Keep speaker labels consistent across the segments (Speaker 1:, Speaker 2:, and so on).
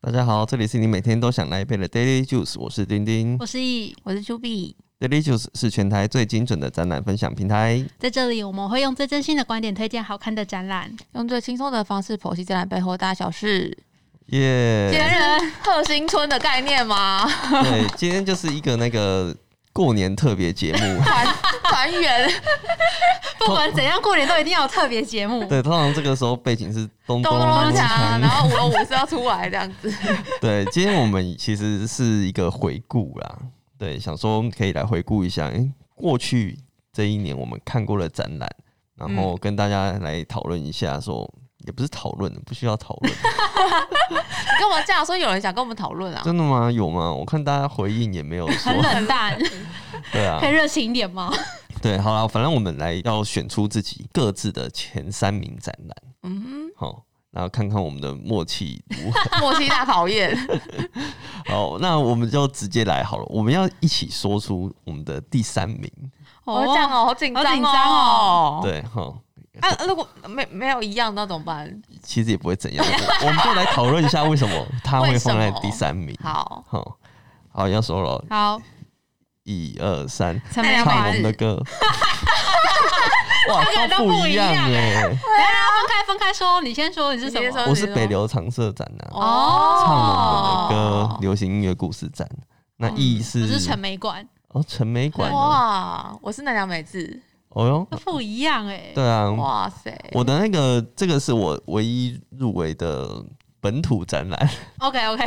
Speaker 1: 大家好，这里是你每天都想来一杯的 Daily Juice，我是丁丁
Speaker 2: 我。是易，我是朱碧。
Speaker 1: Daily Juice 是全台最精准的展览分享平台。
Speaker 2: 在这里，我们会用最真心的观点推荐好看的展览。
Speaker 3: 用最轻松的方式剖析展览背后大小事。
Speaker 1: 耶、
Speaker 3: 节日贺新春的概念吗？
Speaker 1: 对，今天就是一个那个过年特别节目。
Speaker 3: 团团 圆
Speaker 2: 不管怎样，过年都一定要有特别节目。
Speaker 1: 对，通常这个时候背景是咚
Speaker 3: 咚
Speaker 1: 咚
Speaker 3: 咚锵，
Speaker 1: 锵
Speaker 3: 然后舞龙舞狮要出来这样 子。
Speaker 1: 对，今天我们其实是一个回顾啦，对，想说可以来回顾一下，诶，过去这一年我们看过的展览，然
Speaker 3: 嗯
Speaker 1: 后跟大家来讨论一下说，也不是讨论，不需要讨论，
Speaker 3: 你干嘛这样说？有人想跟我们讨论啊？
Speaker 1: 真的吗？有吗？我看大家回应也没有 说
Speaker 2: 很，冷淡，
Speaker 1: 对啊
Speaker 2: 可以，热情一点吗？
Speaker 1: 对，好啦，反正我们来要选出自己各自的前三名展览，
Speaker 3: 嗯，
Speaker 1: 好。然后看看我们的默契如何。
Speaker 3: 默契大 考验。
Speaker 1: 好，那我们就直接来好了。我们要一起说出我们的第三名。
Speaker 3: 哦，这样
Speaker 2: 哦，
Speaker 3: 哦，好紧张哦。
Speaker 2: 好紧张哦
Speaker 1: 对，好，
Speaker 3: 啊，如果没没有一样，那怎么办？
Speaker 1: 其实也不会怎样。我我们就来讨论一下为什么他会放在第三名。
Speaker 3: 好，
Speaker 1: 好，好，要说了，
Speaker 2: 好，
Speaker 1: 一二三，
Speaker 2: 陈
Speaker 3: 哎
Speaker 2: 美
Speaker 3: 呀
Speaker 2: 华，
Speaker 1: 唱我
Speaker 3: 妈呀
Speaker 1: 们的歌。 哇，
Speaker 2: 都
Speaker 1: 不
Speaker 2: 不
Speaker 1: 一
Speaker 2: 一
Speaker 1: 样
Speaker 2: 样
Speaker 1: 耶！
Speaker 2: 啊分开分开说，你先说你是什
Speaker 3: 你
Speaker 2: 么
Speaker 3: 先？说
Speaker 1: 我是北流长社展呐、
Speaker 3: 哦
Speaker 1: 唱我们的歌，流行音乐故事展。那艺
Speaker 2: 我
Speaker 1: 是
Speaker 2: 是陈美馆，
Speaker 1: 哦，陈美馆哦，
Speaker 3: 哇，我是南良美智。
Speaker 1: 哦哟，
Speaker 2: 那不一样哎。
Speaker 1: 对啊，
Speaker 3: 哇塞，
Speaker 1: 我的那个这个是我唯一入围的本土展览，
Speaker 2: OK OK，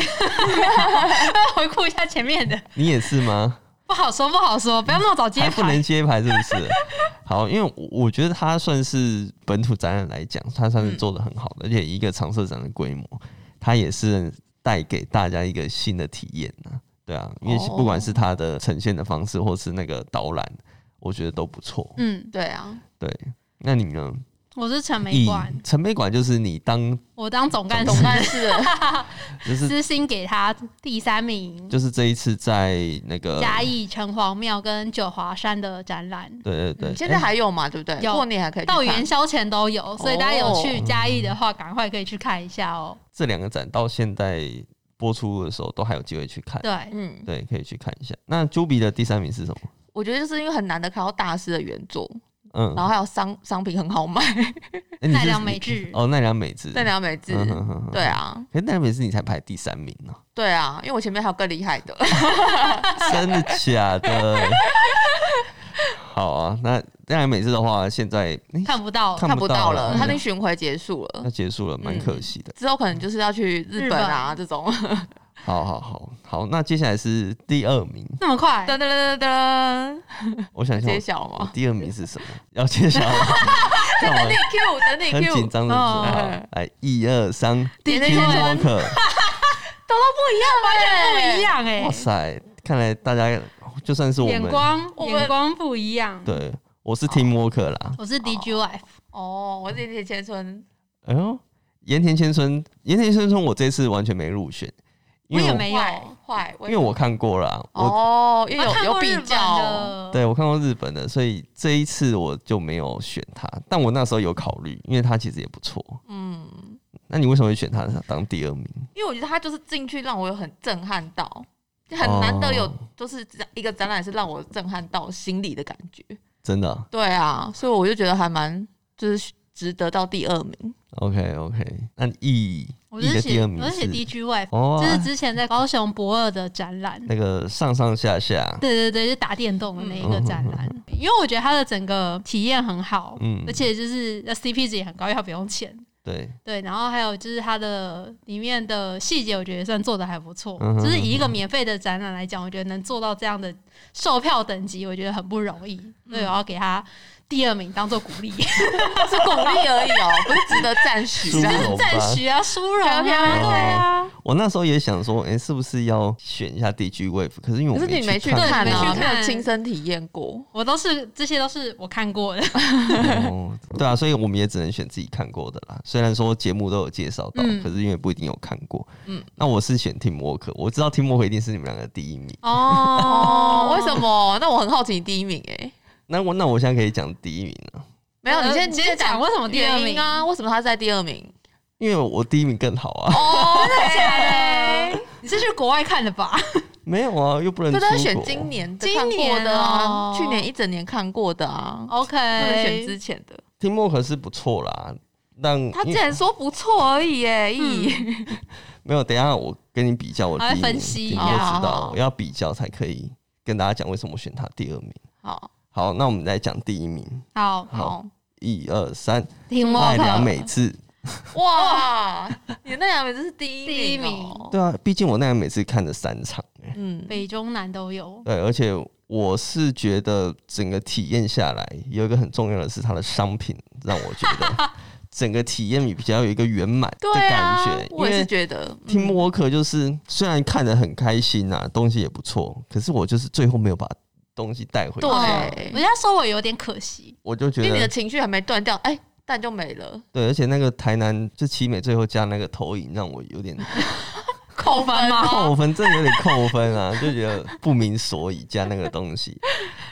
Speaker 2: 回顾一下前面的，
Speaker 1: 你也是吗？
Speaker 2: 不好说，不好说，不要那么早揭
Speaker 1: 还不能
Speaker 2: 牌。
Speaker 1: 揭牌是不是？ 好，因为我我觉得它算是本土展览来讲，它算是做的很好的，而且一个常设展的规模，它也是带给大家一个新的体验呐、对啊，因为
Speaker 3: 哦
Speaker 1: 不管是它的呈现的方式，或是那个导览，我觉得都不错。
Speaker 2: 嗯，
Speaker 3: 对啊，
Speaker 1: 对，那你呢？
Speaker 2: 我是陈美
Speaker 1: 以
Speaker 2: 馆，
Speaker 1: 陈美馆就是你当
Speaker 2: 我当总干事
Speaker 3: 总，干事了
Speaker 1: 就是
Speaker 2: 私心给他第三名。
Speaker 1: 就是这一次在那个
Speaker 2: 嘉义城隍庙跟九华山的展览，
Speaker 1: 对对 对，哎
Speaker 3: 嗯现在还有嘛？对不对？
Speaker 2: 有
Speaker 3: 过年还可以去
Speaker 2: 到
Speaker 3: 看
Speaker 2: 元宵前都有，所以大家有去嘉义的话，赶快可以去看一下哦。
Speaker 1: 这两个展到现在播出的时候都还有机会去看。
Speaker 2: 对，
Speaker 3: 嗯，
Speaker 1: 对，可以去看一下。那 Juby 的第三名是什么？
Speaker 3: 我觉得就是因为很难得看到大师的原作，
Speaker 1: 嗯，
Speaker 3: 然后还有商商品很好 买，
Speaker 1: 哎你
Speaker 2: 奈
Speaker 1: 是
Speaker 2: 良美智
Speaker 1: 哦，奈良美智，
Speaker 3: 奈良美智，
Speaker 1: 嗯哼哼哼
Speaker 3: 对啊，
Speaker 1: 可是奈良美智你才排第三名呢、
Speaker 3: 对啊，因为我前面还有更厉害的，
Speaker 1: 真的假的？ 好啊，那奈良美智的话，现在、诶
Speaker 2: 看不到哦
Speaker 1: 看
Speaker 3: 看
Speaker 1: 不
Speaker 3: 不
Speaker 1: 到
Speaker 3: 到
Speaker 1: 了
Speaker 3: 了，
Speaker 1: 嗯
Speaker 3: 他那巡回结束了
Speaker 1: 那，结束了，
Speaker 2: 嗯
Speaker 1: 蛮可惜的。
Speaker 3: 之后可能就是要去日本啊这种，
Speaker 1: 好好好好，那接下来是第二名，
Speaker 2: 那么快，
Speaker 3: 噔噔噔噔噔，
Speaker 1: 我想想
Speaker 3: 揭，晓
Speaker 1: 我
Speaker 3: 吗？
Speaker 1: 第二名是什么？要揭晓 吗？干
Speaker 3: 等你
Speaker 1: 嘛？
Speaker 3: Q，等你
Speaker 1: 嗯很
Speaker 3: Q，嗯
Speaker 1: 紧张的，
Speaker 2: 哦
Speaker 1: 好来一二三，
Speaker 2: 第
Speaker 3: 那
Speaker 1: 听
Speaker 3: 个
Speaker 1: 我可，
Speaker 3: 都都不一样，完
Speaker 2: 不一。样哎
Speaker 1: 哇，塞，看来大家就算是我
Speaker 2: 眼
Speaker 1: 们
Speaker 2: 光哦
Speaker 3: 我们
Speaker 2: 眼光不一样。
Speaker 1: 对，我是 Team Walker 啦。
Speaker 2: 我是 DGF，
Speaker 3: 哦，我是李千春，
Speaker 1: 哎呦，盐田千春，盐田千春，我这次完全没入选，因
Speaker 2: 我
Speaker 1: 为
Speaker 2: 也
Speaker 1: 我
Speaker 2: 没有，
Speaker 3: 坏坏，
Speaker 1: 因为我看过啦，我
Speaker 3: 哦，因为
Speaker 2: 啊
Speaker 3: 有
Speaker 2: 看
Speaker 3: 有
Speaker 2: 过日
Speaker 3: 比
Speaker 2: 本
Speaker 3: 较，哦
Speaker 2: 的，
Speaker 1: 对我看过日本的，所以这一次我就没有选他。但我那时候有考虑，因为他其实也不错。
Speaker 3: 嗯。
Speaker 1: 那你为什么会选他当第二名？
Speaker 3: 因为我觉得他就是进去让我有很震撼到，就很难得有就是这样一个展览是让我震撼到心里的感觉。
Speaker 1: 真的啊
Speaker 3: 对啊，所以我就觉得还蛮就是值得到第二 名。
Speaker 1: ？OK OK，那 E
Speaker 2: 我
Speaker 1: E
Speaker 2: 是
Speaker 1: 的第
Speaker 2: 写
Speaker 1: 二
Speaker 2: 我
Speaker 1: 名
Speaker 2: 是写
Speaker 1: 是
Speaker 2: DGF，
Speaker 1: 哦
Speaker 2: 这，是之前在高雄博二的展览。
Speaker 1: 那个上上下下，
Speaker 2: 对对对，就打电动的那一
Speaker 1: 嗯
Speaker 2: 个展览，因为我觉得它的整个体验很好，
Speaker 1: 嗯
Speaker 2: 而且就是呃 CP 值也很高，因为它不用钱。
Speaker 1: 对，
Speaker 2: 对，然后还有就是它的里面的细节，我觉得算做的还不错。
Speaker 1: 嗯哼
Speaker 2: 就是以一个免费的展览来讲，我觉得能做到这样的售票等级，我觉得很不容易。所以
Speaker 3: 嗯
Speaker 2: 我要给他第二名当做鼓励，
Speaker 3: 是鼓励而已哦，不是值得赞许
Speaker 1: 殊
Speaker 3: 这样。
Speaker 1: 荣吧。
Speaker 2: 赞许啊，殊荣啊，
Speaker 3: OK，OK，OK
Speaker 2: 对啊，
Speaker 1: 我那时候也想说，哎、是不是要选一下 DG Wave？可是因为我
Speaker 3: 可是你没去
Speaker 1: 看
Speaker 2: 看
Speaker 3: 看
Speaker 2: 对没
Speaker 3: 啊，
Speaker 2: 去
Speaker 3: 没啊
Speaker 2: 看
Speaker 3: 有亲身体验过。
Speaker 2: 我都是这些都是我看过的。
Speaker 1: 哦，对啊，所以我们也只能选自己看过的啦。虽然说节目都有介绍到，
Speaker 2: 嗯
Speaker 1: 可是因为不一定有看过。嗯
Speaker 3: 嗯，
Speaker 1: 那我是选 Tim Walker，我知道 Tim Walker 一定是你们两个第一名。
Speaker 2: 哦
Speaker 3: 哦，为什？么？那我很好奇你第一名哎、
Speaker 1: 那我那我现在可以讲第一名了，
Speaker 3: 没有，你先
Speaker 2: 呃
Speaker 3: 你
Speaker 2: 直接
Speaker 3: 先
Speaker 2: 讲为什么第二名
Speaker 3: 原因啊？为什么他在第二名？
Speaker 1: 因为我第一名更好啊。
Speaker 3: 哦，真的
Speaker 2: 假的 你是去国外看的吧？
Speaker 1: 没有啊，又不能
Speaker 3: 就
Speaker 1: 出
Speaker 3: 在
Speaker 1: 国。
Speaker 3: 选今年的
Speaker 2: 今
Speaker 3: 看过的
Speaker 2: 年
Speaker 3: 啊
Speaker 2: 哦，
Speaker 3: 去年一整年看过的啊，不能选
Speaker 2: OK，
Speaker 3: 之前的。
Speaker 1: 听莫可是不错啦，但
Speaker 3: 他
Speaker 1: 因
Speaker 3: 竟
Speaker 1: 为
Speaker 3: 然说不错而已 耶，咦、
Speaker 1: 没有，等一下我跟你比较，我第
Speaker 2: 还
Speaker 1: 一名
Speaker 2: 会分析
Speaker 1: 你就知
Speaker 3: 好好
Speaker 1: 道
Speaker 3: 好，
Speaker 1: 我要比较才可以跟大家讲为什么我选他第二名。
Speaker 3: 好
Speaker 1: 好，那我们来讲第一名，
Speaker 2: 好，
Speaker 1: 好
Speaker 3: 好
Speaker 1: 一二三，
Speaker 2: 听哦莫
Speaker 1: 奈良
Speaker 2: 克
Speaker 1: 美智。
Speaker 3: 哇，你的奈良美智是第一
Speaker 2: 第一
Speaker 3: 名哦、
Speaker 1: 对啊，毕竟我奈良美智看了三场，
Speaker 3: 嗯，
Speaker 2: 北中南都有，
Speaker 1: 对，而且我是觉得整个体验下来，有一个很重要的是它的商品，让我觉 得整个体验比较有一个圆满的
Speaker 3: 对
Speaker 1: 感
Speaker 3: 啊
Speaker 1: 觉。，因
Speaker 3: 我也
Speaker 1: 为
Speaker 3: 是觉得，嗯
Speaker 1: Team Walker 就是虽然看得很开心啊，东西也不错，可是我就是最后没有把东西带回
Speaker 3: 对
Speaker 1: 家，
Speaker 2: 哦人家说我有点可惜，
Speaker 1: 我就觉
Speaker 3: 因为你的
Speaker 1: 得
Speaker 3: 情绪还没断掉，哎、但就没了，
Speaker 1: 对，而且那个台南就奇美最后加那个投影，让我有点
Speaker 2: 扣分
Speaker 3: 哦
Speaker 2: 吗？
Speaker 1: 扣分，真的有点扣分啊，就觉得不明所以加那个东 西，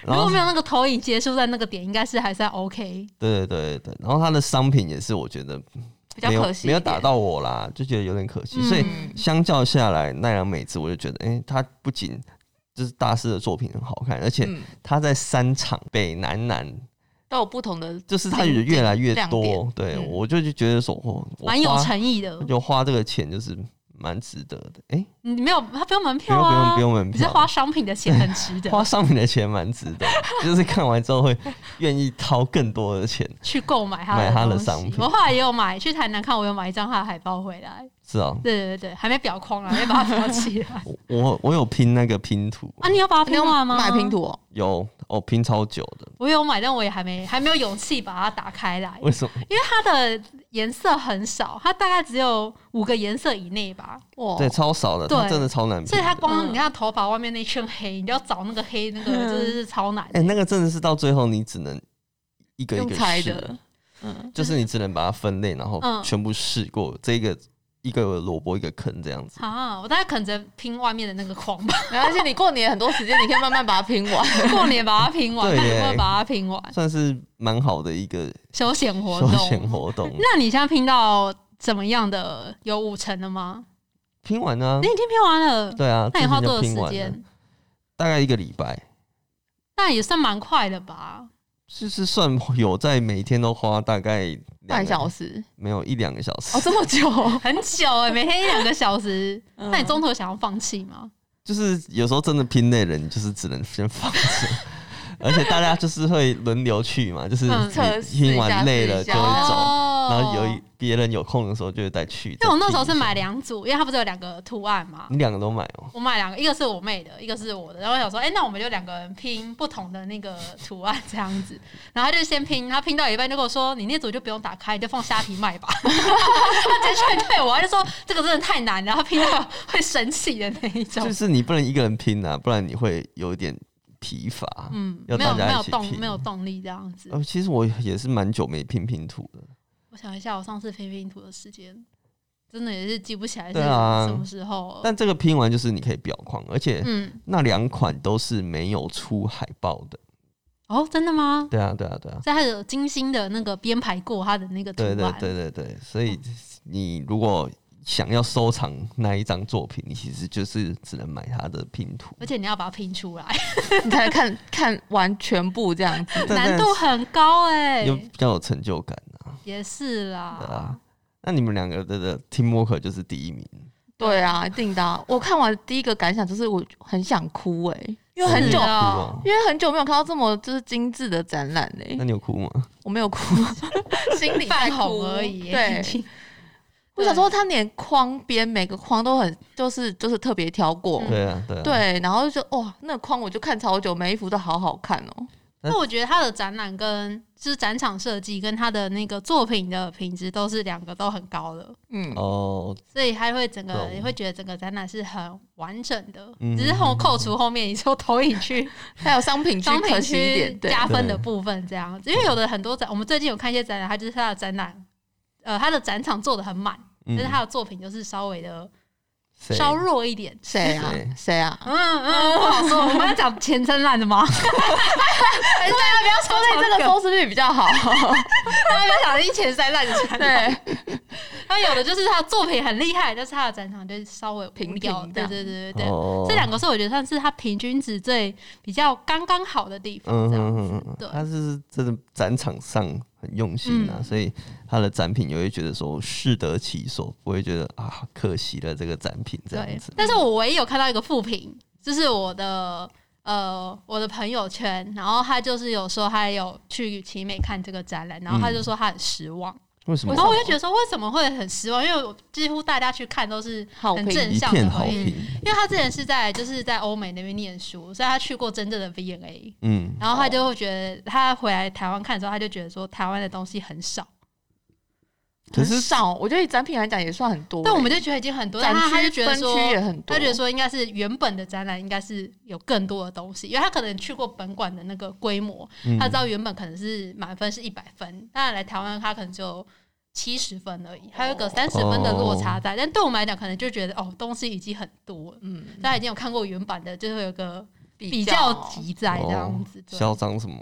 Speaker 2: 如
Speaker 1: 然
Speaker 2: 果
Speaker 1: 后
Speaker 2: 没有那个投影结束在那个点，应该是还算 OK。
Speaker 1: 对对对对，然后它的商品也是我觉得
Speaker 3: 比较
Speaker 1: 没有
Speaker 3: 可惜一点
Speaker 1: 没有打到我啦，就觉得有点可惜，
Speaker 2: 嗯
Speaker 1: 所以
Speaker 3: 嗯
Speaker 1: 相较下来，奈良美智我就觉得，哎、它不仅就是大师的作品很好看，而且
Speaker 3: 嗯，
Speaker 1: 他在三场北南南，
Speaker 3: 都有不同的，
Speaker 1: 就是他也越来越
Speaker 3: 亮
Speaker 1: 多
Speaker 3: 点，
Speaker 1: 对、
Speaker 3: 嗯
Speaker 1: 我就觉得说，哦，我
Speaker 2: 蛮有
Speaker 1: 花，
Speaker 2: 诚意的
Speaker 1: 我，就花这个钱就是蛮值得的。哎、
Speaker 2: 你没有他不用门
Speaker 1: 不
Speaker 2: 票
Speaker 1: 用不用
Speaker 2: 啊，
Speaker 1: 不用门
Speaker 2: 你是
Speaker 1: 票，
Speaker 2: 花商品的钱很 值得，
Speaker 1: 花上面的钱蛮值得的，就是看完之后会愿意掏更多的钱，
Speaker 2: 去购买他
Speaker 1: 买他的
Speaker 2: 东西
Speaker 1: 商品
Speaker 2: 我后来也有买，去台南看，我有买一张他的海报回来。
Speaker 1: 是啊，
Speaker 2: 对对对，还没裱框啊，没把它裱起 来
Speaker 1: 我我我有拼那个拼图，
Speaker 2: 啊！你要把它拼完吗？
Speaker 3: 买拼。图哦、
Speaker 1: 有哦拼超久的，
Speaker 2: 我有买，但我也还没还没有勇气把它打开来，
Speaker 1: 为什么？
Speaker 2: 因为它的颜色很少，它大概只有五个颜色以内吧。
Speaker 3: 哇，
Speaker 1: 对，超少的，它
Speaker 2: 对
Speaker 1: 真的超难拼的。
Speaker 2: 所以它光
Speaker 3: 嗯
Speaker 2: 你看头发外面那一圈黑，你要找那个黑那
Speaker 1: 嗯
Speaker 2: 个真的是超难
Speaker 1: 哎、。那个真的是到最后你只能一个一
Speaker 3: 用
Speaker 1: 个
Speaker 3: 猜
Speaker 1: 试
Speaker 3: 的，嗯，
Speaker 1: 就是你只能把它分类，然后
Speaker 2: 嗯
Speaker 1: 全部试过这个一个萝卜一个坑这样子。
Speaker 2: 啊！我大概可能只能拼外面的那个框吧，
Speaker 3: 没关系，你过年很多时间，你可以慢慢把它拼 完。
Speaker 2: 过年把它拼完，
Speaker 1: 对耶
Speaker 2: 看能不能把它拼完，
Speaker 1: 算是蛮好的一个
Speaker 2: 休闲活
Speaker 1: 休闲
Speaker 2: 动。
Speaker 1: 活动，
Speaker 2: 那你现在拼到怎么样的？有五成了吗？
Speaker 1: 拼完啊
Speaker 2: 你，已经拼完了，
Speaker 1: 对啊，
Speaker 2: 那你花
Speaker 1: 之前就
Speaker 2: 多少
Speaker 1: 拼
Speaker 2: 时
Speaker 1: 完了
Speaker 2: 间？
Speaker 1: 大概一个礼拜，
Speaker 2: 那也算蛮快的吧？
Speaker 1: 就是算有在每天都花大概两
Speaker 3: 半
Speaker 1: 个
Speaker 3: 小时
Speaker 1: 没有一两个小时，
Speaker 3: 哦，这么久，
Speaker 2: 很久哎、每天一两个小时。
Speaker 3: 嗯
Speaker 2: 那你中途有想要放弃吗？
Speaker 1: 就是有时候真的拼累了，你就是只能先放着。而且大家就是会轮流去嘛，就是
Speaker 2: 嗯
Speaker 1: 你
Speaker 3: 测试一
Speaker 1: 拼
Speaker 3: 下
Speaker 1: 完累
Speaker 3: 试一
Speaker 1: 了就
Speaker 3: 下
Speaker 1: 会走，
Speaker 2: 哦
Speaker 1: 然后有一别人有空的时候就会再去。
Speaker 2: 因为我那
Speaker 1: 再
Speaker 2: 时候
Speaker 1: 拼
Speaker 2: 是
Speaker 1: 一下
Speaker 2: 买两组，因为它不是有两个图案嘛，
Speaker 1: 你两个都买哦、
Speaker 2: 我买两个，一个是我妹的，一个是我的。然后我想说，哎、那我们就两个人拼不同的那个图案这样子。然后他就先拼，他拼到一半就跟我说：“你那组就不用打开，你就放虾皮卖吧。” 他直接劝退我，他就说：“这个真的太难了，他拼到会生气的那一种
Speaker 1: 就。是你不能一个人拼啊，不然你会有一点疲乏。”
Speaker 2: 嗯，
Speaker 1: 要
Speaker 2: 没有
Speaker 1: 大家
Speaker 2: 没有
Speaker 1: 一起
Speaker 2: 动
Speaker 1: 拼
Speaker 2: 没有动力这样子。
Speaker 1: 呃，其实我也是蛮久没拼拼图的。
Speaker 2: 我想一下，我上次拼拼图的时间，真的也是记不起来是
Speaker 1: 对啊
Speaker 2: 什么时候了。
Speaker 1: 但这个拼完就是你可以裱框，而且
Speaker 2: 嗯，
Speaker 1: 那两款都是没有出海报的。
Speaker 2: 哦，真的吗？
Speaker 1: 对啊，对啊，对啊，
Speaker 2: 在他有精心的那个编排过他的那个图
Speaker 1: 对
Speaker 2: 案，哦
Speaker 1: 对对对对。所以你如果想要收藏那一张作品，你其实就是只能买它的拼图
Speaker 2: 而。且你要把它拼出来。
Speaker 3: 你才能看看完全部这样子。
Speaker 1: 但
Speaker 2: 难度很高哎、
Speaker 1: 又比较有成就感啊。
Speaker 2: 也是啦，
Speaker 1: 对啊那你们两个的的 teamwork 就是第一名，
Speaker 3: 对啊，一定的啊、我看完第一个感想就是我很想哭哎、因
Speaker 1: 哦
Speaker 3: 为很
Speaker 2: 是
Speaker 3: 久，
Speaker 2: 啊
Speaker 1: 哭吗？
Speaker 3: 因为很久没有看到这么就是精致的展览哎、
Speaker 1: 那你有哭吗？
Speaker 3: 我没有哭， 心里在
Speaker 2: 泛
Speaker 3: 哭
Speaker 2: 红而已、
Speaker 3: 对，我想说他连框边每个框都很就是就是特别挑过。
Speaker 2: 嗯
Speaker 1: 对啊，对啊。
Speaker 3: 对，然后就哇、那框我就看超久，每一幅都好好看哦。
Speaker 2: 那我觉得他的展览跟就是展场设计跟他的那个作品的品质都是两个都很高的，
Speaker 3: 嗯，
Speaker 1: 哦，
Speaker 2: 所以他会整个
Speaker 1: 懂
Speaker 2: 你会觉得整个展览是很完整的，
Speaker 1: 啊嗯
Speaker 2: 只是后扣除后面你说投影 区、
Speaker 3: 还有商品区
Speaker 2: 商品
Speaker 3: 可惜一
Speaker 2: 区
Speaker 3: 点，对，
Speaker 2: 加分的部分这样子，因为有的很多展，我们最近有看一些展览，它就是它的展览，呃，它的展场做的很满，
Speaker 1: 嗯
Speaker 2: 但是他的作品就是稍微的
Speaker 1: 谁
Speaker 2: 稍弱一点。
Speaker 3: 谁啊
Speaker 1: 谁？
Speaker 3: 谁啊？
Speaker 2: 嗯嗯，不好说。我们要讲前程烂的吗？
Speaker 3: 哎，大家不要说那这个收视率比较好。
Speaker 2: 大家不要想一前三烂的。
Speaker 3: 对，
Speaker 2: 他有的就是他的作品很厉害，但是他的展场就是稍微无
Speaker 3: 平平
Speaker 2: 聊
Speaker 3: 这
Speaker 2: 对
Speaker 3: 样
Speaker 2: 对对对对，
Speaker 1: 哦
Speaker 2: 这两个是啊我觉得算是他平均值最比较刚刚好的地方，
Speaker 1: 嗯
Speaker 2: 这
Speaker 1: 哼
Speaker 2: 样
Speaker 1: 哼
Speaker 2: 子。
Speaker 1: 哼
Speaker 2: 对，
Speaker 1: 他是真的展场上很用心啊，
Speaker 2: 嗯
Speaker 1: 所以他的展品也会觉得说适得其所，不会觉得啊可惜了这个展品这样
Speaker 2: 对
Speaker 1: 子。。
Speaker 2: 但是我唯一有看到一个负评，就是我的呃我的朋友圈，然后他就是有说他有去奇美看这个展览，然后他
Speaker 1: 嗯
Speaker 2: 就说他很失望，
Speaker 1: 为什么
Speaker 2: 然后我就觉得说为什么会很失望？因为我几乎大家去看都是
Speaker 3: 好
Speaker 2: 很
Speaker 3: 评
Speaker 2: 正
Speaker 1: 一
Speaker 2: 向的
Speaker 1: 片好
Speaker 2: 回应，
Speaker 1: 评？
Speaker 2: 因为他之前是在就是在欧美那边念书，所以他去过真正的 V&A。
Speaker 1: 嗯，
Speaker 2: 然后他就会觉得，他回来台湾看的时候，他就觉得说台湾的东西很少，
Speaker 1: 可
Speaker 3: 很
Speaker 1: 是
Speaker 3: 少，我觉得以展品来讲也算很多欸。
Speaker 2: 但我们就觉得已经很多，但
Speaker 3: 展
Speaker 2: 他他就
Speaker 3: 区
Speaker 2: 觉得
Speaker 3: 分
Speaker 2: 说
Speaker 3: 区，也很多，
Speaker 2: 他觉得说应该是原本的展览应该是有更多的东西，因为他可能去过本馆的那个规模，
Speaker 1: 嗯
Speaker 2: 他知道原本可能是满分是一百分，但来台湾他可能只有七十分而已，还有一个三十分的落差
Speaker 1: 哦
Speaker 2: 在。但对我们来讲，可能就觉得哦，东西已经很多了，
Speaker 3: 嗯
Speaker 2: 大家已经有看过原版的，就是会有个比
Speaker 3: 比
Speaker 2: 较级在
Speaker 1: 哦
Speaker 2: 这样子，对
Speaker 1: 嚣张什么？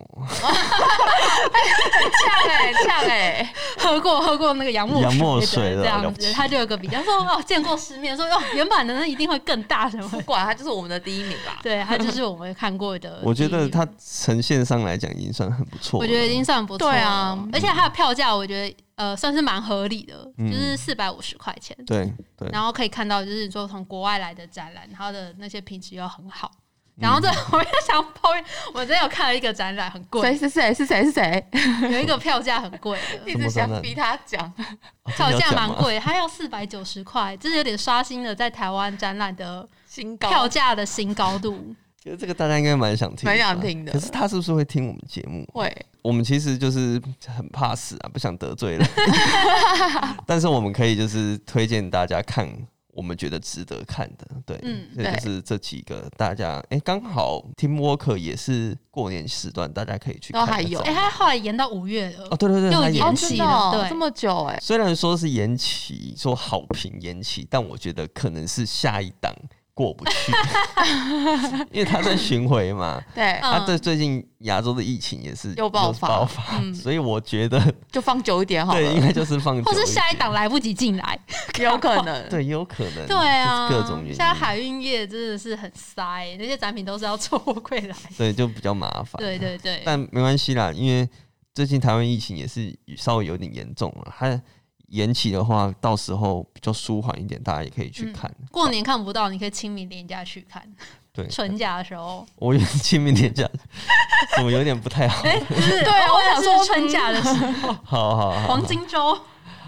Speaker 3: 呛哎呛哎，
Speaker 2: 喝过喝过那个洋墨
Speaker 1: 洋墨水的
Speaker 2: 的这
Speaker 1: 了
Speaker 2: 样
Speaker 1: 不
Speaker 2: 子，
Speaker 1: 起
Speaker 2: 他就有个比较说哦，见过世面，说哦，原版的那一定会更大什么
Speaker 3: 不
Speaker 2: 的。
Speaker 3: 管他就是我们的第一名吧。
Speaker 2: 对，他就是我们看过的。
Speaker 1: 我觉得它，呈现上来讲已经算很不错了。
Speaker 2: 我觉得已经算不错
Speaker 3: 对
Speaker 2: 了
Speaker 3: 啊
Speaker 2: 而且它的票价，我觉得呃算是蛮合理的，
Speaker 1: 嗯
Speaker 2: 就是四百五十块钱。
Speaker 1: 对对，
Speaker 2: 然后可以看到，就是说从国外来的展览，它的那些品质又很好。然后这 我又想抱怨，我真的有看了一个展览很
Speaker 3: 谁
Speaker 2: 贵，
Speaker 3: 是谁是谁是谁，
Speaker 2: 有一个票价很贵的，
Speaker 3: 一直想逼他讲。
Speaker 1: 啊
Speaker 2: 票价
Speaker 1: 真
Speaker 2: 蛮，
Speaker 1: 的要讲吗
Speaker 2: 贵，它要四百九十块，这是有点刷新了在台湾展览的
Speaker 3: 新高
Speaker 2: 票价的新高度。
Speaker 1: 其实这个大家应该蛮想听，
Speaker 3: 蛮想听的
Speaker 1: 可是他是不是会听我们节目？
Speaker 3: 会
Speaker 1: 我们其实就是很怕死啊，不想得罪 人，但是我们可以就是推荐大家看我们觉得值得看的，对，
Speaker 2: 嗯
Speaker 1: 这
Speaker 3: 对
Speaker 1: 就是这几个大家，哎、刚好 Team Walker 也是过年时段，大家可以去
Speaker 3: 然
Speaker 1: 看的
Speaker 3: 后还有
Speaker 1: 展
Speaker 2: 哎、它后来延到五月了，
Speaker 1: 哦哦，对对对，
Speaker 2: 又
Speaker 1: 它
Speaker 2: 延
Speaker 1: 延
Speaker 2: 期
Speaker 1: 期
Speaker 2: 了
Speaker 1: 了。
Speaker 3: 哦
Speaker 2: 对
Speaker 3: 这么久哎，
Speaker 1: 虽然说是延期，说好评延期，但我觉得可能是下一档过不去， 因为他在巡回嘛。
Speaker 3: 对，
Speaker 2: 嗯
Speaker 1: 啊，对，最近亚洲的疫情也是
Speaker 3: 又爆发
Speaker 1: 爆发，
Speaker 3: 嗯
Speaker 1: 所以我觉得
Speaker 3: 就放久一点好
Speaker 1: 对，应
Speaker 3: 了，
Speaker 1: 该就是放久
Speaker 2: 或
Speaker 1: 一
Speaker 2: 是
Speaker 1: 点
Speaker 2: 下一档来不及进来，
Speaker 3: 有可能。
Speaker 1: 对，有可能
Speaker 2: 对啊，
Speaker 1: 就是各种原因，
Speaker 2: 现在海运业真的是很塞，那些展品都是要凑货柜 来。
Speaker 1: 对就比较麻烦。
Speaker 2: 对对对，
Speaker 1: 但没关系啦，因为最近台湾疫情也是稍微有点严重了，它延期的话，到时候比较舒缓一点，大家也可以去
Speaker 2: 嗯
Speaker 1: 看。
Speaker 2: 过年看不到，你可以清明年假去看，
Speaker 1: 对，
Speaker 2: 春假的时候，
Speaker 1: 我有点清明年假，怎么有 点不哦太 好？
Speaker 2: 不是，
Speaker 3: 对啊
Speaker 2: 或者
Speaker 3: 我想
Speaker 2: 是
Speaker 3: 说
Speaker 2: 春假的时候，
Speaker 1: 好好 好，
Speaker 2: 黄金周，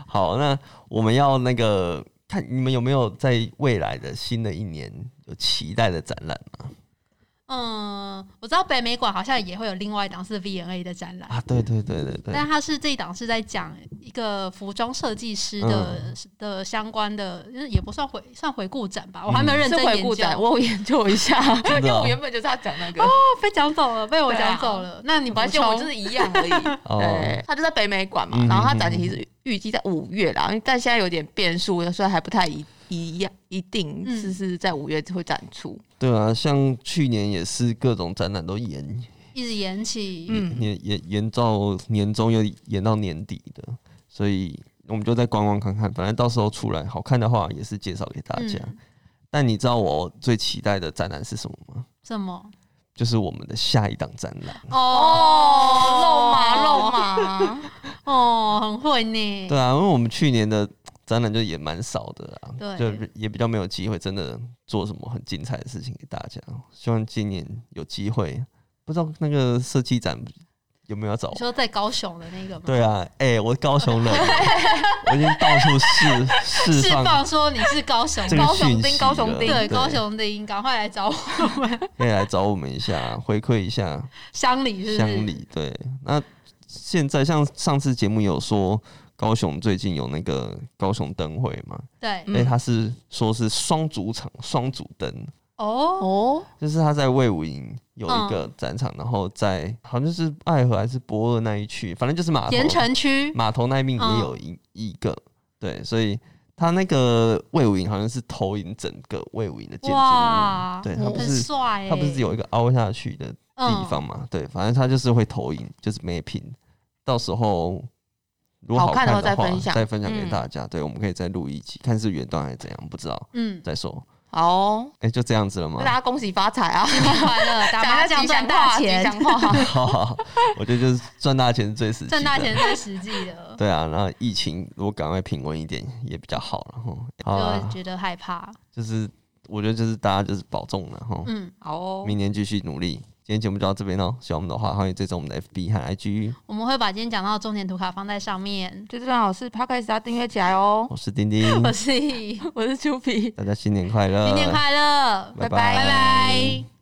Speaker 1: 好，那我们要那个看你们有没有在未来的新的一年有期待的展览吗？
Speaker 2: 嗯，我知道北美馆好像也会有另外一档是 V&A 的展览，
Speaker 1: 啊，对对对对对，
Speaker 2: 但它是这一档是在讲一个服装设计师的、
Speaker 1: 嗯
Speaker 2: 的相关的，就是也不算回算回顾展吧，我
Speaker 1: 嗯
Speaker 2: 还没有认
Speaker 3: 是
Speaker 2: 真
Speaker 3: 回
Speaker 2: 研
Speaker 3: 顾
Speaker 2: 究。
Speaker 3: 展，我有研究哦一下，
Speaker 1: 真 的
Speaker 3: 因为
Speaker 1: 哦
Speaker 3: 我原本就是要讲那个，
Speaker 2: 被讲走了，被我
Speaker 3: 对啊
Speaker 2: 讲走了。那你补
Speaker 3: 而且
Speaker 2: 充，
Speaker 3: 我就是一样而已。
Speaker 1: 哦
Speaker 3: 对，他就在北美馆嘛
Speaker 1: 嗯，
Speaker 3: 然后他展期是预计在五月啦，因为但现在有点变数，所以还不太一一样一定
Speaker 2: 嗯
Speaker 3: 是是在五月会展出。
Speaker 1: 对啊，像去年也是各种展览都延
Speaker 2: 一直延期。
Speaker 3: 嗯，
Speaker 1: 延延延到年终，又延到年底的，所以我们就再观望看看，反正到时候出来好看的话，也是介绍给大家。
Speaker 2: 嗯
Speaker 1: 但你知道我最期待的展览是什么吗？
Speaker 2: 什么？
Speaker 1: 就是我们的下一档展览。
Speaker 3: 哦，肉麻肉麻，
Speaker 2: 哦，很会呢。
Speaker 1: 对啊，因为我们去年的展览就也蛮少的啊，
Speaker 2: 对
Speaker 1: 就也比较没有机会真的做什么很精彩的事情给大家。希望今年有机会，不知道那个设计展有没有要找
Speaker 2: 你
Speaker 1: 我？
Speaker 2: 说在高雄的那个吗？
Speaker 1: 对啊，哎、我高雄人，我已经到处 释
Speaker 2: 释
Speaker 1: 释放
Speaker 2: 放说你是高雄
Speaker 1: 这
Speaker 2: 的，
Speaker 1: 个
Speaker 3: 高雄
Speaker 1: 讯
Speaker 3: 丁
Speaker 1: 息
Speaker 3: 高雄
Speaker 1: 了
Speaker 3: 丁
Speaker 2: 对高雄的音，赶快来找我们
Speaker 1: 可以来找我们一下，回馈一下
Speaker 2: 乡里是不是？
Speaker 1: 乡里。对，那现在像上次节目有说，高雄最近有那个高雄灯会嘛？
Speaker 2: 对
Speaker 1: 哎、
Speaker 3: 嗯
Speaker 1: 他是说是双主场双主灯。
Speaker 2: 哦，
Speaker 3: 哦，
Speaker 1: 就是他在魏武营有一
Speaker 3: 嗯
Speaker 1: 个展场，然后在好像是爱河还是博尔那一区，反正就是码头
Speaker 2: 盐城区
Speaker 1: 码头那一边也有一一个，对，所以他那个魏武营好像是投影整个魏武营的建筑
Speaker 2: 哇
Speaker 1: 物，对，它不
Speaker 2: 很
Speaker 1: 是
Speaker 2: 帅欸，
Speaker 1: 它不是有一个凹下去的地方
Speaker 3: 嗯
Speaker 1: 嘛？对，反正它就是会投影，就是 mapping。到时候如果
Speaker 3: 好
Speaker 1: 看
Speaker 3: 看的
Speaker 1: 的
Speaker 3: 话
Speaker 1: 话，
Speaker 3: 再分享
Speaker 1: 再分享给
Speaker 3: 嗯
Speaker 1: 大家。对，我们可以再录一集，看是远端还是怎样，不知道
Speaker 2: 嗯，
Speaker 1: 再说。
Speaker 3: 好哦，
Speaker 1: 哎，就这样子了吗
Speaker 3: 那？大家恭喜发财啊！
Speaker 2: 新年嗯快乐， 打麻将赚大钱，
Speaker 3: 讲 话，
Speaker 1: 好好好，我觉得就是 赚大钱是最实际的。
Speaker 2: 赚大钱最实际的，
Speaker 1: 对啊，然后疫情如果赶快平稳一点也比较好了哈。好
Speaker 2: 就
Speaker 1: 啦，
Speaker 2: 觉得害怕。
Speaker 1: 就是我觉得就是大家就是保重了哈，
Speaker 2: 嗯，
Speaker 3: 好哦，
Speaker 1: 明年继续努力。今天节目就到这边喽，喜欢我们的话，欢迎追踪我们的 FB 和 IG。
Speaker 2: 我们会把今天讲到的重点图卡放在上面。
Speaker 3: 就这段老师 p 开始要订阅起来哦。
Speaker 1: 我是丁丁，
Speaker 2: 我是 E，
Speaker 3: 我是丘比。
Speaker 1: 大家新年快乐，
Speaker 2: 新年快乐，
Speaker 1: 拜
Speaker 3: 拜
Speaker 2: 拜拜。